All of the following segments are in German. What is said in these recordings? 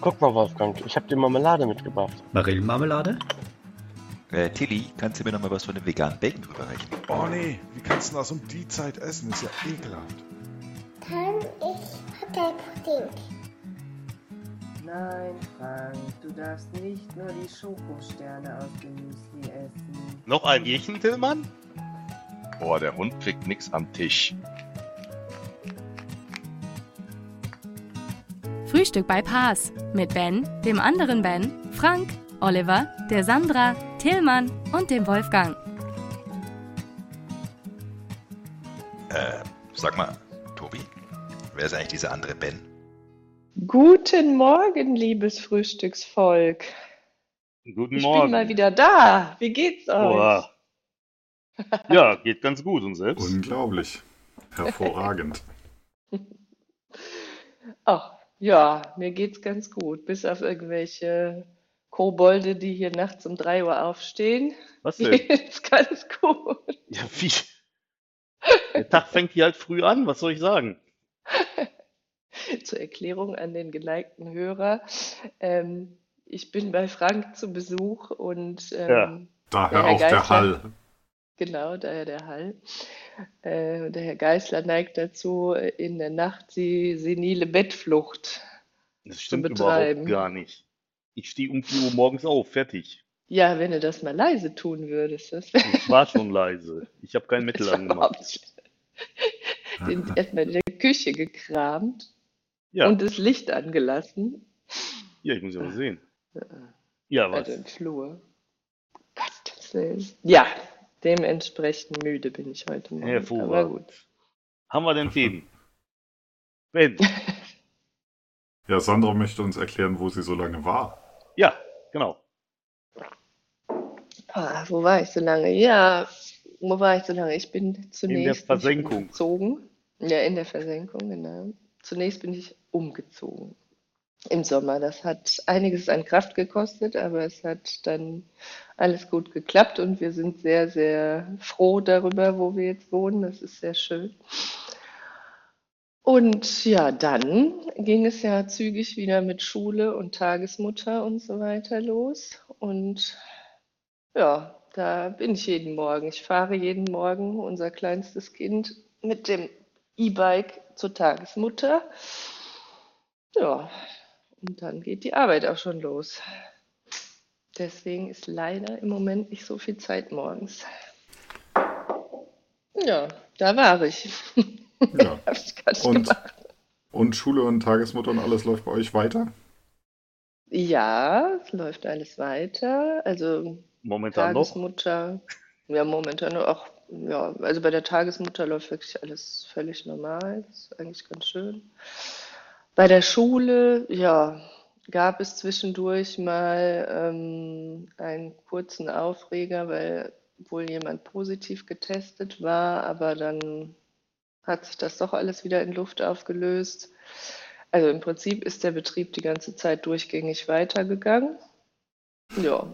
Guck mal, Wolfgang, ich habe dir Marmelade mitgebracht. Marillenmarmelade? Äh, Tilly, kannst du mir nochmal was von dem veganen Bacon rüberreichen? Oh nee, wie kannst du das um die Zeit essen? Ist ja ekelhaft. Kann ich Hotelpudding? Nein, Frank, du darfst nicht nur die Schokosterne aus dem Müsli essen. Noch ein Jächen, Tillmann? Boah, der Hund kriegt nix am Tisch. Frühstück bei Paas mit Ben, dem anderen Ben, Frank, Oliver, der Sandra, Tillmann und dem Wolfgang. Äh, sag mal, Tobi, wer ist eigentlich dieser andere Ben? Guten Morgen, liebes Frühstücksvolk. Guten Ich bin Morgen. mal wieder da. Wie geht's euch? Boah. Ja, geht ganz gut und selbst. Unglaublich. Hervorragend. Ach, ja, mir geht's ganz gut, bis auf irgendwelche Kobolde, die hier nachts um 3 Uhr aufstehen. Was Mir denn? geht's ganz gut. Ja, wie? Der Tag fängt hier halt früh an, was soll ich sagen? Zur Erklärung an den geneigten Hörer. Ähm, ich bin bei Frank zu Besuch und ähm, Daher Ja, Herr auch der Geisler. Hall. Genau, daher der Hall. Äh, und der Herr Geißler neigt dazu, in der Nacht die senile Bettflucht. Das stimmt betreiben. überhaupt gar nicht. Ich stehe um 4 Uhr morgens auf, fertig. Ja, wenn du das mal leise tun würdest, das wäre Ich war schon leise. Ich habe kein Mittel angemacht. überhaupt schlecht. Den erstmal in der Küche gekramt Ja, und das Licht angelassen. Äh, ja, ich muss ja mal sehen. Ja, was? Also im Flur. Gottes Willen. Ja, dementsprechend müde bin ich heute Morgen. Aber Hervorragend. gut. Haben wir denn Themen? Ben, Ja, Sandra möchte uns erklären, wo sie so lange war. ja, genau. Ah, wo war ich so lange? Ja, wo war ich so lange? Ich bin der zunächst bin ich Versenkung. umgezogen. Ja, in der Versenkung, genau. Zunächst bin ich umgezogen im Sommer. Das hat einiges an Kraft gekostet, aber es hat dann alles gut geklappt und wir sind sehr, sehr froh darüber, wo wir jetzt wohnen. Das ist sehr schön. Und ja, dann ging es ja zügig wieder mit Schule und Tagesmutter und so weiter los. Und ja, da bin ich jeden Morgen. Ich fahre jeden Morgen unser kleinstes Kind mit dem E-Bike zur Tagesmutter. Ja, und dann geht die Arbeit auch schon los. Deswegen ist leider im Moment nicht so viel Zeit morgens. Ja, da war ich. Ja. Hab ich gar nicht Und, gemacht. und Schule und Tagesmutter und alles läuft bei euch weiter? Ja, es läuft alles weiter. Also Momentan noch. Tagesmutter, ja, momentan auch, ja, also bei der Tagesmutter läuft wirklich alles völlig normal. Das ist eigentlich ganz schön. Bei der Schule, ja, gab es zwischendurch mal ähm, einen kurzen Aufreger, weil wohl jemand positiv getestet war, aber dann hat sich das doch alles wieder in Luft aufgelöst. Also im Prinzip ist der Betrieb die ganze Zeit durchgängig weitergegangen. Ja,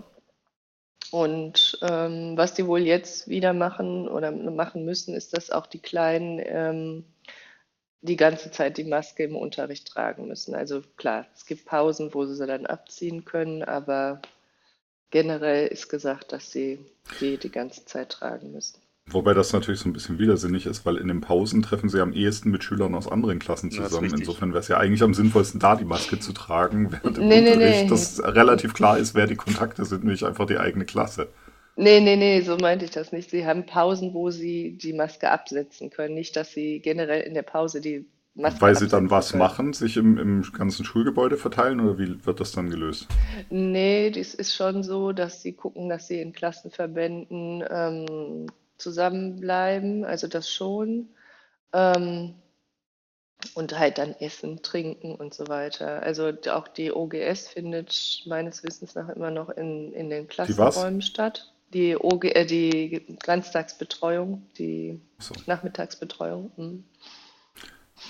und ähm, was die wohl jetzt wieder machen oder machen müssen, ist, dass auch die Kleinen ähm, die ganze Zeit die Maske im Unterricht tragen müssen. Also klar, es gibt Pausen, wo sie sie dann abziehen können, aber generell ist gesagt, dass sie die die ganze Zeit tragen müssen. Wobei das natürlich so ein bisschen widersinnig ist, weil in den Pausen treffen sie am ehesten mit Schülern aus anderen Klassen Ja, das ist zusammen. richtig. Insofern wäre es ja eigentlich am sinnvollsten, da die Maske zu tragen, während im Nee, nee, Unterricht nee. das relativ klar ist, wer die Kontakte sind, nämlich einfach die eigene Klasse. Nee, nee, nee, so meinte ich das nicht. Sie haben Pausen, wo sie die Maske absetzen können. Nicht, dass sie generell in der Pause die Maske Weil sie dann absetzen was können. machen, sich im, im ganzen Schulgebäude verteilen oder wie wird das dann gelöst? Nee, das ist schon so, dass sie gucken, dass sie in Klassenverbänden ähm, zusammenbleiben, also das schon. Ähm, und halt dann essen, trinken und so weiter. Also auch die OGS findet meines Wissens nach immer noch in, in den was? Klassenräumen statt. Die OG, äh, die Ganztagsbetreuung, die So, Nachmittagsbetreuung. hm.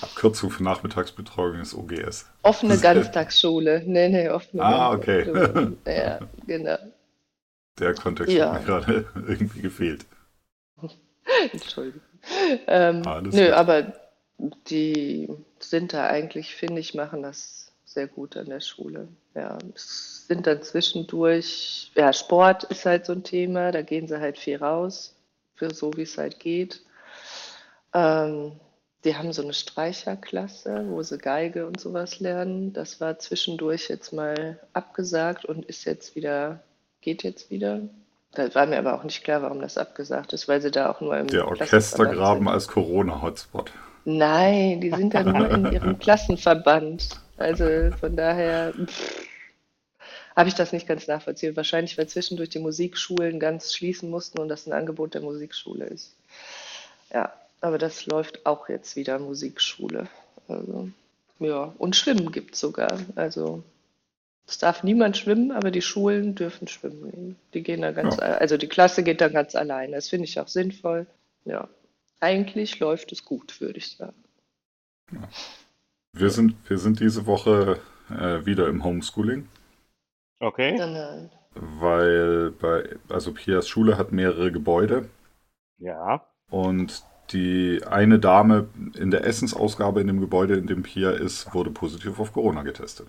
Abkürzung für Nachmittagsbetreuung ist OGS. Offene Ganztagsschule. Nee, nee, offene Ah, okay. Ganztagsschule. Ja, genau. Der Kontext Ja. hat mir gerade irgendwie gefehlt. Entschuldigung. Ähm, Ah, Alles nö, gut. aber die sind da eigentlich, finde ich, machen das sehr gut an der Schule. Ja, es sind dann zwischendurch, ja, Sport ist halt so ein Thema, da gehen sie halt viel raus, für so wie es halt geht. Ähm, die haben so eine Streicherklasse, wo sie Geige und sowas lernen. Das war zwischendurch jetzt mal abgesagt und ist jetzt wieder, geht jetzt wieder. Da war mir aber auch nicht klar, warum das abgesagt ist, weil sie da auch nur im Der Klassenverband Orchestergraben sind. als Corona-Hotspot. Nein, die sind ja nur in ihrem Klassenverband. Also von daher pff, habe ich das nicht ganz nachvollziehen. Wahrscheinlich, weil zwischendurch die Musikschulen ganz schließen mussten und das ein Angebot der Musikschule ist. Ja, aber das läuft auch jetzt wieder Musikschule. Also, ja, und Schwimmen gibt es sogar. Also es darf niemand schwimmen, aber die Schulen dürfen schwimmen gehen. Die gehen da ganz, also die Klasse geht dann ganz alleine. Das finde ich auch sinnvoll. Ja. Eigentlich läuft es gut, würde ich sagen. Wir sind, wir sind diese Woche äh, wieder im Homeschooling, Okay. Dann, äh, weil bei, also Pias Schule hat mehrere Gebäude Ja. und die eine Dame in der Essensausgabe in dem Gebäude, in dem Pia ist, wurde positiv auf Corona getestet.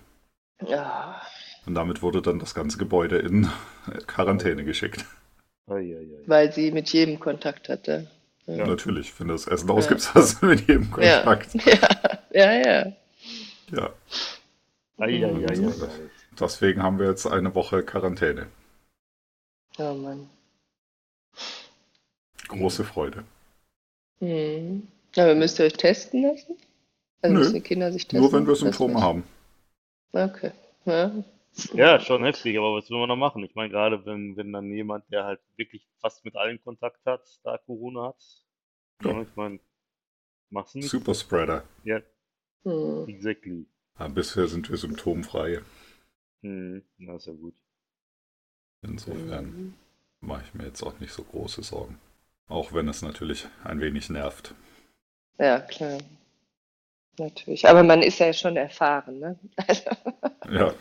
ja, Und damit wurde dann das ganze Gebäude in Quarantäne geschickt. Uiuiui. weil sie mit jedem Kontakt hatte. Ja. Natürlich, wenn du das Essen ausgibst, hast du mit jedem Kontakt. Ja, ja, ja. Ja. Eieieiei. Deswegen haben wir jetzt eine Woche Quarantäne. Oh Mann. Große Freude. Hm. Aber müsst ihr euch testen lassen? Also Nö, müssen die Kinder sich testen? Nur wenn wir Das Symptome nicht. haben. Okay. Ja. Ja, schon heftig, aber was will man da machen? Ich meine, gerade wenn, wenn dann jemand, der halt wirklich fast mit allen Kontakt hat, da Corona hat, Ja. ja, ich meine, machst du nichts? Super Spreader. Ja, Hm. exactly. Aber bisher sind wir symptomfrei. Hm, na, ist ja gut. Insofern mache ich mir jetzt auch nicht so große Sorgen. Auch wenn es natürlich ein wenig nervt. Ja, klar. Natürlich. Aber man ist ja schon erfahren, ne? Also, Ja.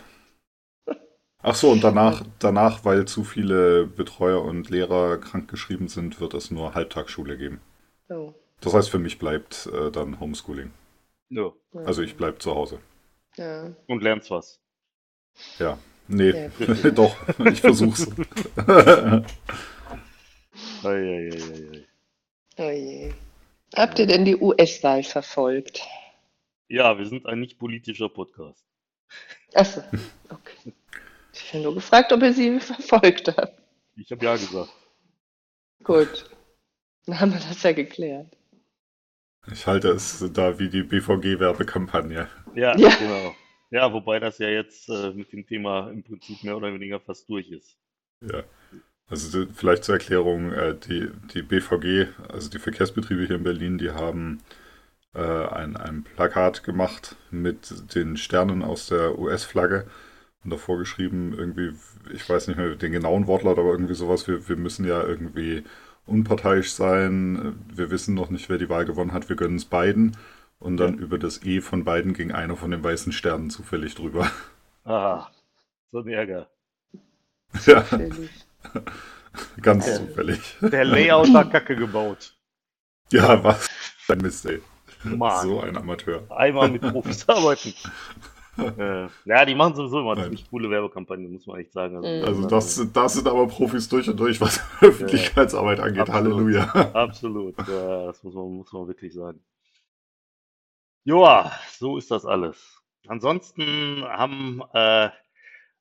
Ach so, und danach, danach, weil zu viele Betreuer und Lehrer krankgeschrieben sind, wird es nur Halbtagsschule geben. so. Das heißt, für mich bleibt äh, dann Homeschooling. Ja. Ja. Also ich bleibe zu Hause. Ja. Und lernst was. Nee, Sehr gut. doch, ich versuch's. Eieieiei. Oh je. Habt ihr denn die US-Wahl verfolgt? Ja, wir sind ein nicht politischer Podcast. Achso, okay. Ich habe nur gefragt, ob ihr sie verfolgt habt. Ich habe ja gesagt. Gut. Dann haben wir das ja geklärt. Ich halte es da wie die BVG-Werbekampagne. Ja, Ja. genau. Ja, wobei das ja jetzt äh, mit dem Thema im Prinzip mehr oder weniger fast durch ist. Also d- vielleicht zur Erklärung, äh, die, die BVG, also die Verkehrsbetriebe hier in Berlin, die haben äh, ein, ein Plakat gemacht mit den Sternen aus der US-Flagge und davor geschrieben, irgendwie, ich weiß nicht mehr den genauen Wortlaut, aber irgendwie sowas, wir, wir müssen ja irgendwie unparteiisch sein, äh, wir wissen noch nicht, wer die Wahl gewonnen hat, wir gönnen es beiden. Und dann über das E von beiden ging einer von den weißen Sternen zufällig drüber. Ah, so ein Ärger. Ja, Natürlich. ganz Ja. zufällig. Der Layout war kacke gebaut. Ja, was? Ein Mist, ey. Mann. So ein Amateur. Einmal mit Profis arbeiten. äh, ja, die machen sowieso immer Nein. ziemlich coole Werbekampagnen, muss man echt sagen. Mhm. Also das, das sind aber Profis durch und durch, was Öffentlichkeitsarbeit angeht. Absolut. Halleluja. Absolut, ja, das muss man, muss man wirklich sagen. Joa, so ist das alles. Ansonsten haben äh,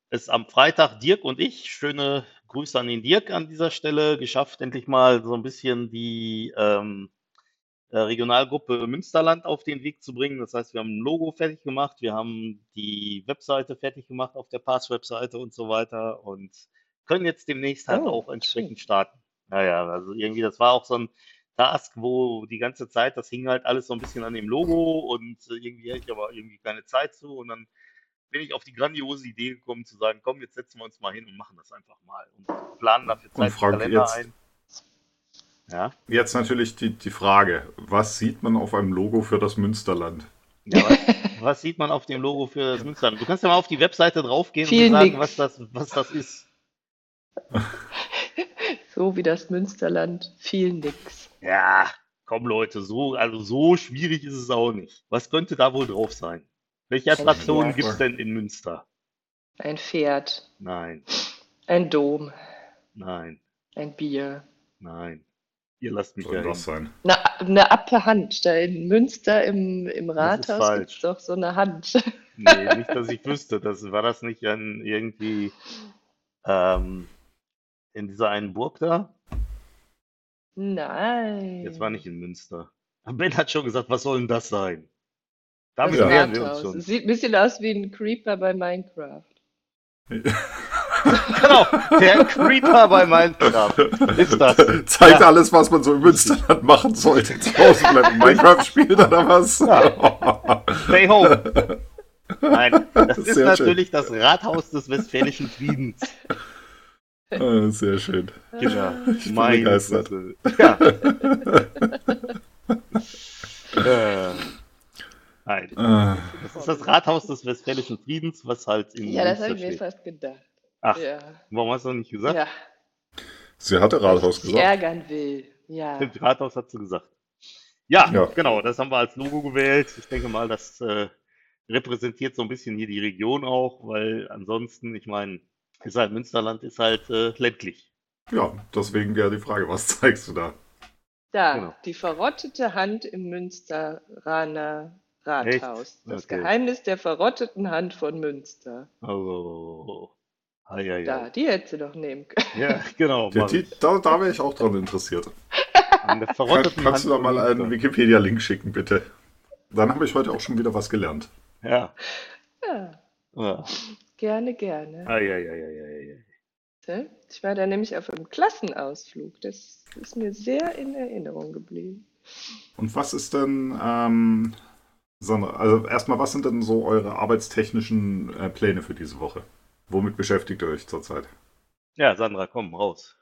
es am Freitag Dirk und ich, schöne Grüße an den Dirk an dieser Stelle, geschafft, endlich mal so ein bisschen die ähm, äh, Regionalgruppe Münsterland auf den Weg zu bringen. Das heißt, wir haben ein Logo fertig gemacht, wir haben die Webseite fertig gemacht auf der Pass-Webseite und so weiter und können jetzt demnächst halt Oh, auch entsprechend starten. Naja, also irgendwie, das war auch so ein Task, wo die ganze Zeit, das hing halt alles so ein bisschen an dem Logo und äh, irgendwie hatte ich aber irgendwie keine Zeit zu und dann bin ich auf die grandiose Idee gekommen zu sagen, komm, jetzt setzen wir uns mal hin und machen das einfach mal und planen dafür Zeit im Frank, Kalender jetzt- ein. Ja. Jetzt natürlich die, die Frage, was sieht man auf einem Logo für das Münsterland? Ja, was, was sieht man auf dem Logo für das Münsterland? Du kannst ja mal auf die Webseite draufgehen und Viel mir sagen, nix. was das, was das ist. So wie das Münsterland. Viel nix. Ja, komm Leute, so, also so schwierig ist es auch nicht. Was könnte da wohl drauf sein? Welche Attraktionen Pferd. gibt es denn in Münster? Ein Pferd, Nein, ein Dom, nein, ein Bier. nein. Ihr lasst mich Soll ja das hin. sein? Na, eine Appe Hand. Da in Münster im, im Das ist Rathaus falsch. gibt's doch so eine Hand. Nee, nicht, dass ich wüsste. Das, war das nicht an irgendwie ähm, in dieser einen Burg da? Nein. Jetzt war nicht in Münster. Ben hat schon gesagt, was soll denn das sein? Damit Ja. nähern wir uns Rathaus. schon. Es Sieht ein bisschen aus wie ein Creeper bei Minecraft. Genau, der Creeper bei Minecraft. Ist das? Zeigt Ja. alles, was man so in Münsterland machen sollte. Zu Hause bleiben, Minecraft spielen oder was? Ah, Stay home. Nein, das ist Sehr schön. natürlich das Rathaus des westfälischen Friedens. Äh, Sehr schön. Kinder, Ich bin meine begeistert. Güte. Genau. Ja. äh, nein, Äh, das ist das Rathaus des westfälischen Friedens, was halt in Ja, das habe ich Münster mir steht. fast gedacht. Ach, ne? Ja. warum hast du noch nicht gesagt? Ja, sie hatte Rathaus die gesagt. ärgern will. Ja. Stimmt, Rathaus hat sie gesagt. Ja, Ja. genau, das haben wir als Logo gewählt. Ich denke mal, das äh, repräsentiert so ein bisschen hier die Region auch, weil ansonsten, ich meine, ist halt Münsterland, ist halt äh, ländlich. Ja, deswegen ja die Frage, was zeigst du da? Da, Genau. die verrottete Hand im Münsteraner Rathaus. Das Okay. Geheimnis der verrotteten Hand von Münster. Also, ei, ei, Da, ei. die hätte sie doch nehmen können. Ja, genau. Der mach Ti- ich. da da wäre ich auch dran interessiert. An der Kann, verrotteten kannst du da Hand mal von einen Münster. Wikipedia-Link schicken, bitte? Dann habe ich heute auch schon wieder was gelernt. Ja. Ja, ja. gerne, gerne. Ei, ei, ei, ei, ei, ei. Ne? Ich war da nämlich auf einem Klassenausflug. Das ist mir sehr in Erinnerung geblieben. Und was ist denn, ähm, Sandra, also erstmal, was sind denn so eure arbeitstechnischen äh, Pläne für diese Woche? Womit beschäftigt ihr euch zurzeit? Ja, Sandra, komm, raus.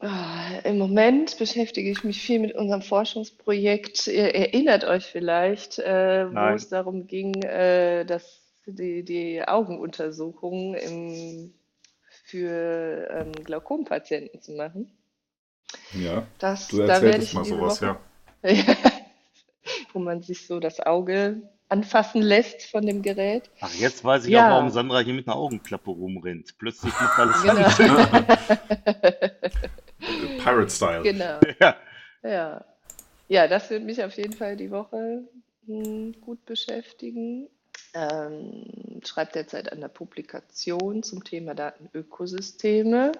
Ah, Im Moment beschäftige ich mich viel mit unserem Forschungsprojekt. Ihr erinnert euch vielleicht, äh, wo Nein. es darum ging, äh, dass die, die Augenuntersuchungen im, für ähm, Glaukompatienten zu machen. Ja, Das, du da werde erzählst ich mal diese sowas, Woche, ja. wo man sich so das Auge anfassen lässt von dem Gerät. Ach, jetzt weiß ich Ja. auch, warum Sandra hier mit einer Augenklappe rumrennt. Plötzlich macht alles Genau. Sinn. Äh, Pirate-Style. Genau. Ja. Ja. Ja, das wird mich auf jeden Fall die Woche hm, gut beschäftigen. Ähm, schreibe derzeit an der Publikation zum Thema Datenökosysteme.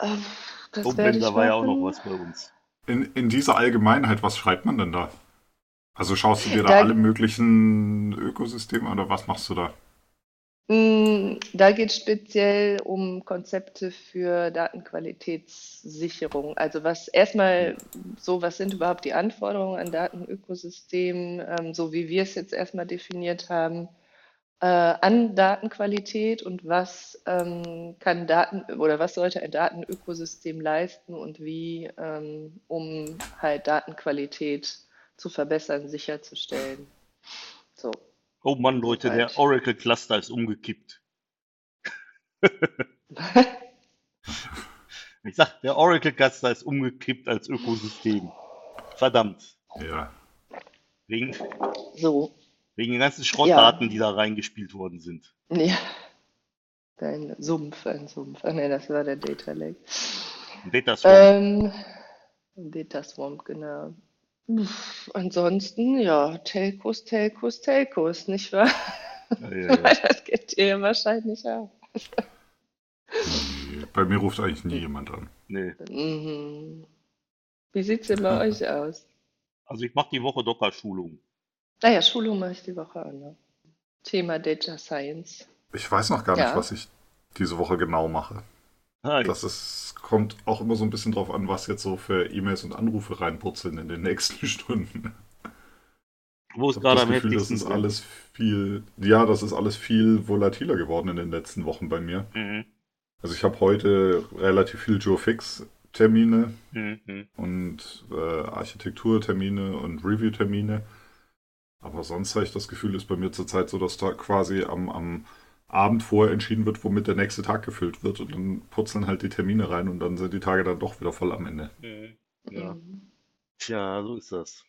Ähm, das werde ich Umblender Oh, war ja auch noch machen. was bei uns. In, in dieser Allgemeinheit, was schreibt man denn da? Also schaust du dir da, Da- alle möglichen Ökosysteme an, oder was machst du da? Mm, Da geht es speziell um Konzepte für Datenqualitätssicherung. Also was erstmal so, was sind überhaupt die Anforderungen an Datenökosystemen, ähm, so wie wir es jetzt erstmal definiert haben, äh, an Datenqualität und was ähm, kann Daten oder was sollte ein Datenökosystem leisten und wie, ähm, um halt Datenqualität zu verbessern, sicherzustellen. So. Oh Mann, Leute, der Soweit. Oracle Cluster ist umgekippt. Ich sag, der Oracle Cluster ist umgekippt als Ökosystem. Verdammt. Ja. Wegen, So. wegen den ganzen Schrottdaten, die da reingespielt worden sind. Ja. Ein Sumpf, ein Sumpf. Ach nee, das war der Data Lake. Und Data Swarm. Ähm, Data Swamp, genau. Uff, ansonsten, ja, Telcos, Telcos, Telcos, nicht wahr? Äh, ja, ja. Das kennt ihr ja wahrscheinlich auch. Bei mir ruft eigentlich nie jemand an. Nee. Mhm. Wie sieht's denn bei euch aus? Also ich mache die Woche Docker-Schulung. Naja, Schulung mache ich die Woche auch noch. Thema Data Science. Ich weiß noch gar nicht, Ja. was ich diese Woche genau mache. Hi. Das ist, kommt auch immer so ein bisschen drauf an, was jetzt so für E-Mails und Anrufe reinpurzeln in den nächsten Stunden. Wo Ich ist habe gerade das am Gefühl, das heftigsten ist drin? alles viel, ja, das ist alles viel volatiler geworden in den letzten Wochen bei mir. Mhm. Also ich habe heute relativ viel Joe-Fix-Termine, Mhm. Mhm. und äh, Architekturtermine und Review-Termine. Aber sonst habe ich das Gefühl, ist bei mir zurzeit so, dass da quasi am, am Abend vorher entschieden wird, womit der nächste Tag gefüllt wird. Und dann purzeln halt die Termine rein und dann sind die Tage dann doch wieder voll am Ende. Mhm. Ja. Mhm. Tja, so ist das.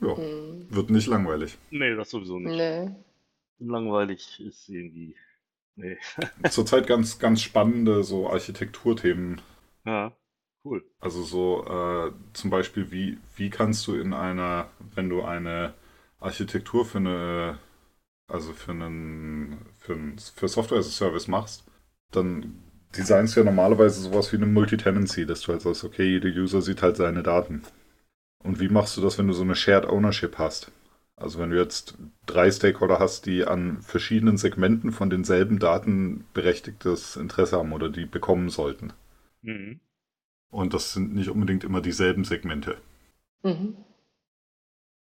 Ja, Hm. wird nicht langweilig. Nee, das sowieso nicht. Nee. Langweilig ist irgendwie. Nee. Zurzeit ganz, ganz spannende so Architekturthemen. Ja, cool. Also so äh, zum Beispiel, wie, wie kannst du in einer, wenn du eine Architektur für eine, also für einen, für, ein, für Software as a Service machst, dann designst du ja normalerweise sowas wie eine Multitenancy, dass du halt sagst, okay, jeder User sieht halt seine Daten. Und wie machst du das, wenn du so eine Shared Ownership hast? Also wenn du jetzt drei Stakeholder hast, die an verschiedenen Segmenten von denselben Daten berechtigtes Interesse haben oder die bekommen sollten. Mhm. Und das sind nicht unbedingt immer dieselben Segmente. Mhm.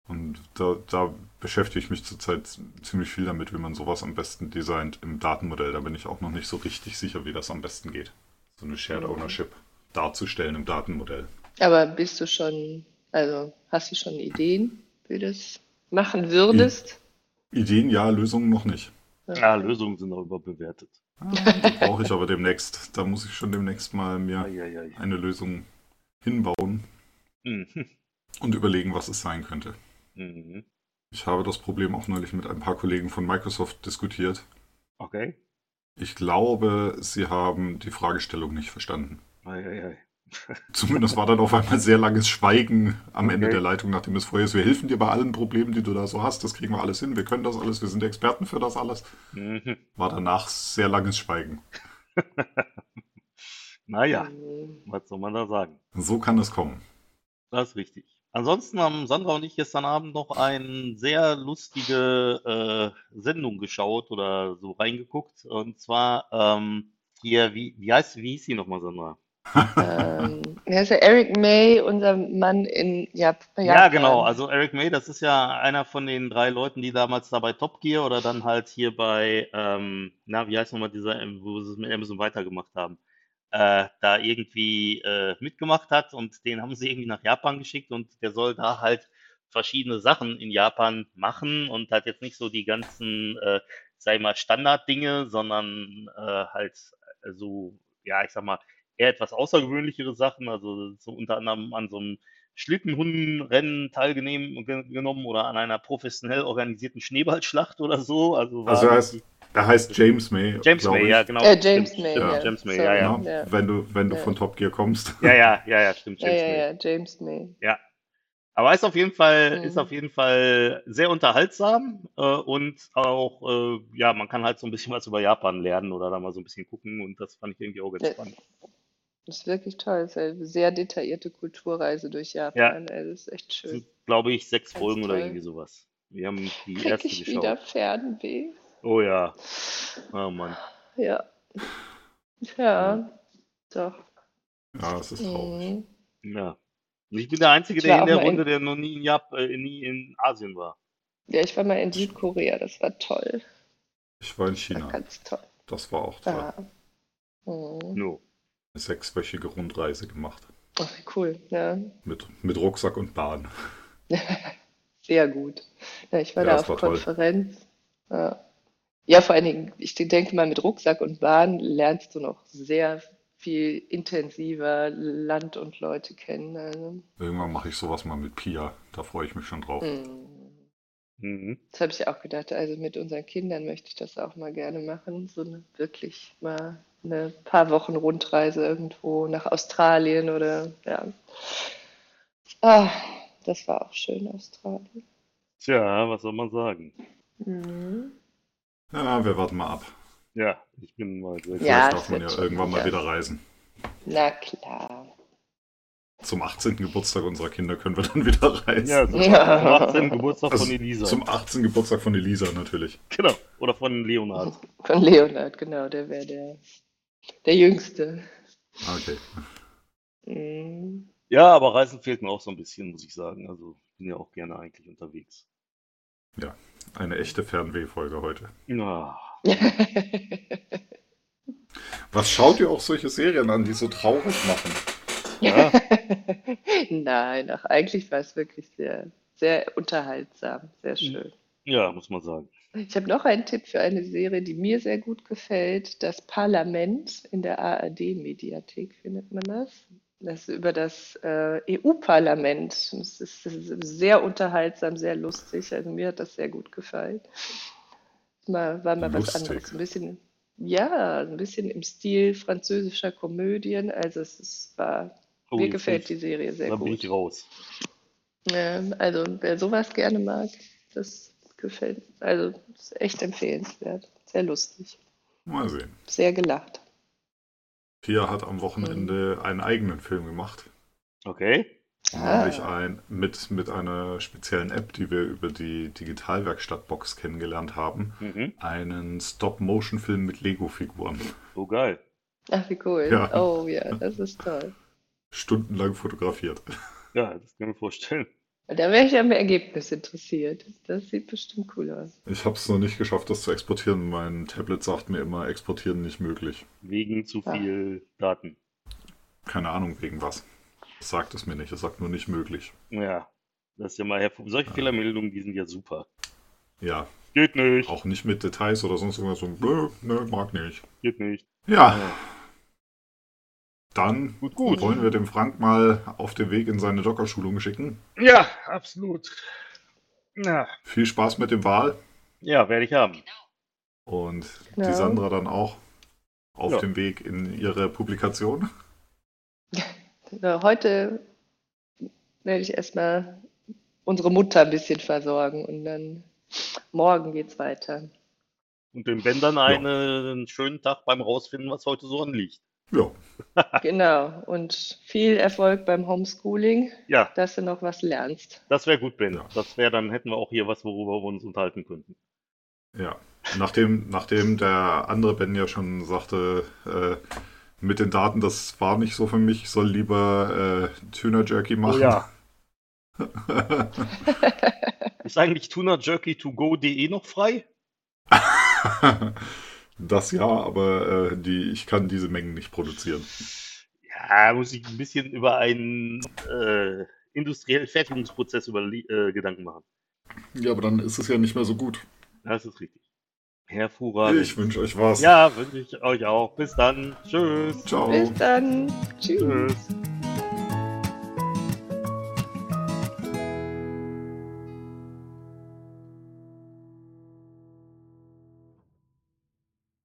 Und da, da beschäftige ich mich zurzeit ziemlich viel damit, wie man sowas am besten designt im Datenmodell. Da bin ich auch noch nicht so richtig sicher, wie das am besten geht. So eine Shared Ownership darzustellen im Datenmodell. Aber bist du schon, also hast du schon Ideen, wie du das machen würdest? Ideen ja, Lösungen noch nicht. Ja, Lösungen sind auch überbewertet. Ah, die brauche ich aber demnächst. Da muss ich schon demnächst mal mir Eieiei. eine Lösung hinbauen Mhm. und überlegen, was es sein könnte. Mhm. Ich habe das Problem auch neulich mit ein paar Kollegen von Microsoft diskutiert. Okay. Ich glaube, sie haben die Fragestellung nicht verstanden. Eieiei. Zumindest war dann auf einmal sehr langes Schweigen am Ende Okay. der Leitung, nachdem es vorher ist. Wir helfen dir bei allen Problemen, die du da so hast. Das kriegen wir alles hin. Wir können das alles. Wir sind Experten für das alles. Mhm. War danach sehr langes Schweigen. Naja, Mhm. was soll man da sagen? So kann es kommen. Das ist richtig. Ansonsten haben Sandra und ich gestern Abend noch eine sehr lustige äh, Sendung geschaut oder so reingeguckt. Und zwar ähm, hier, wie, wie heißt, wie hieß sie nochmal, Sandra? Ähm, wer ist der? Eric May, unser Mann in Jap Ja, Japan. genau. Also Eric May, das ist ja einer von den drei Leuten, die damals da bei Top Gear oder dann halt hier bei, ähm, na, wie heißt nochmal dieser, ähm, wo sie es mit Amazon weitergemacht haben, äh, da irgendwie äh, mitgemacht hat und den haben sie irgendwie nach Japan geschickt und der soll da halt verschiedene Sachen in Japan machen und hat jetzt nicht so die ganzen, äh, sag ich mal, Standarddinge, sondern äh, halt so, ja, ich sag mal, eher etwas außergewöhnlichere Sachen, also so unter anderem an so einem Schlittenhundenrennen teilgenommen ge- genommen oder an einer professionell organisierten Schneeballschlacht oder so. Also war Also er heißt, er heißt James May. James glaub May, ich. ja, genau. Äh, James Stimmt, May, stimmt, ja. James May, ja, Sorry. ja. Na, Ja. Wenn du, wenn du Ja. von Top Gear kommst. Ja, ja, ja, ja, stimmt, Ja, James ja, May. ja, James May. Aber ist auf jeden Fall, ist Mhm. auf jeden Fall sehr unterhaltsam äh, und auch, äh, ja, man kann halt so ein bisschen was über Japan lernen oder da mal so ein bisschen gucken und das fand ich irgendwie auch ganz Ja. spannend. Das ist wirklich toll. Das ist eine sehr detaillierte Kulturreise durch Japan. Also das ist echt Das schön. sind, glaube ich, sechs Ganz Folgen oder toll. irgendwie sowas. Wir haben die Krieg erste ich geschaut. wieder Fernweh? Oh ja, oh Mann. Ja. Ja, doch. Ja, es ist traurig. Mhm. Ja. Und ich bin der Einzige, Ich der war in auch der mal in- Runde, der noch nie in Jap äh, nie in Asien war. Ja, ich war mal in Südkorea. Das war toll. Ich war in Das Genau. China. war ganz toll. Das war auch toll. Ja. Mhm. No. Eine sechswöchige Rundreise gemacht. Ach, wie cool. Ja. Mit, mit Rucksack und Bahn. Sehr gut. Ja, ich war Ja, da das auf war toll. Konferenz. Ja. Ja, vor allen Dingen, ich denke mal, mit Rucksack und Bahn lernst du noch sehr viel intensiver Land und Leute kennen. Also, Irgendwann mache ich sowas mal mit Pia. Da freue ich mich schon drauf. hm. Mhm. Das habe ich auch gedacht. Also mit unseren Kindern möchte ich das auch mal gerne machen. So eine, wirklich mal eine paar Wochen Rundreise irgendwo nach Australien oder ja. Ah, das war auch schön, Australien. Tja, was soll man sagen? Mhm. Ja, wir warten mal ab. Ja, ich bin mal sehr Ja, Vielleicht das darf man ja wird schon irgendwann mal wieder. wieder reisen. Na klar. Zum 18. Geburtstag unserer Kinder können wir dann wieder reisen. Ja, so Ja. zum 18. Geburtstag Also, von Elisa. Zum 18. Geburtstag von Elisa natürlich. Genau. Oder von Leonard. Von Leonard, genau, der wäre der, der Jüngste. Ah, Okay. Mhm. Ja, aber Reisen fehlt mir auch so ein bisschen, muss ich sagen. Also bin ja auch gerne eigentlich unterwegs. Eine echte Fernwehfolge heute. Ja. Was schaut ihr auch solche Serien an, die so traurig machen? Ja. Nein, ach, eigentlich war es wirklich sehr, sehr unterhaltsam, sehr schön. Ja, muss man sagen. Ich habe noch einen Tipp für eine Serie, die mir sehr gut gefällt. Das Parlament in der ARD-Mediathek findet man das. Das über das äh, EU-Parlament. Es ist, es ist sehr unterhaltsam, sehr lustig. Also mir hat das sehr gut gefallen. Mal, war mal was Lustig. anderes. Ein bisschen, ja, ein bisschen im Stil französischer Komödien. Also es ist, war, Oh, mir jetzt bin gefällt ich- die Serie sehr Dann bin gut. ich raus. Ja, also wer sowas gerne mag, das gefällt, also ist echt empfehlenswert. Sehr lustig. Mal sehen. Sehr gelacht. Pia hat am Wochenende einen eigenen Film gemacht. Okay. Nämlich Ah. ein, mit, mit einer speziellen App, die wir über die Digitalwerkstattbox kennengelernt haben. Mhm. Einen Stop-Motion-Film mit Lego-Figuren. So Oh, geil. Ach, wie cool. Ja. Oh ja, das ist toll. Stundenlang fotografiert. Ja, das kann ich mir vorstellen. Und da wäre ich am Ergebnis interessiert. Das sieht bestimmt cool aus. Ich habe es noch nicht geschafft, das zu exportieren. Mein Tablet sagt mir immer, exportieren nicht möglich. Wegen zu Ja. viel Daten. Keine Ahnung, wegen was. Das sagt es mir nicht, es sagt nur nicht möglich. Ja, das ist ja mal hervor. Solche Fehlermeldungen, die sind ja super. Ja, Geht nicht, auch nicht mit Details oder sonst irgendwas so, blö, ne, mag nicht. geht nicht. Ja. Dann Gut, gut. wollen wir dem Frank mal auf den Weg in seine Dockerschulung schicken. Ja, absolut. Na, Viel Spaß mit dem Wahl ja, werde ich haben. und Ja. die Sandra dann auch auf Ja. dem Weg in ihre Publikation. Äh, Heute werde ich erstmal unsere Mutter ein bisschen versorgen und dann morgen geht's weiter. Und dem Ben dann einen schönen Tag beim Rausfinden, was heute so anliegt. Ja, Genau. Und viel Erfolg beim Homeschooling, Ja, dass du noch was lernst. das wäre gut, Ben. Ja. Das wäre, dann hätten wir auch hier was, worüber wir uns unterhalten könnten. ja. Nachdem, nachdem der andere Ben ja schon sagte, äh, mit den Daten, das war nicht so für mich, ich soll lieber äh, Tuna Jerky machen. Ist eigentlich tunajerky2go.de noch frei? das ja, aber äh, die, ich kann diese Mengen nicht produzieren. Ja, muss ich ein bisschen über einen äh, industriellen Fertigungsprozess über, äh, Gedanken machen. Ja, aber dann ist es ja nicht mehr so gut. Das ist richtig. Hervorragend. Ich wünsche euch was. Ja, wünsche ich euch auch. Bis dann. Tschüss. Ciao. Bis dann. Tschüss. Tschüss.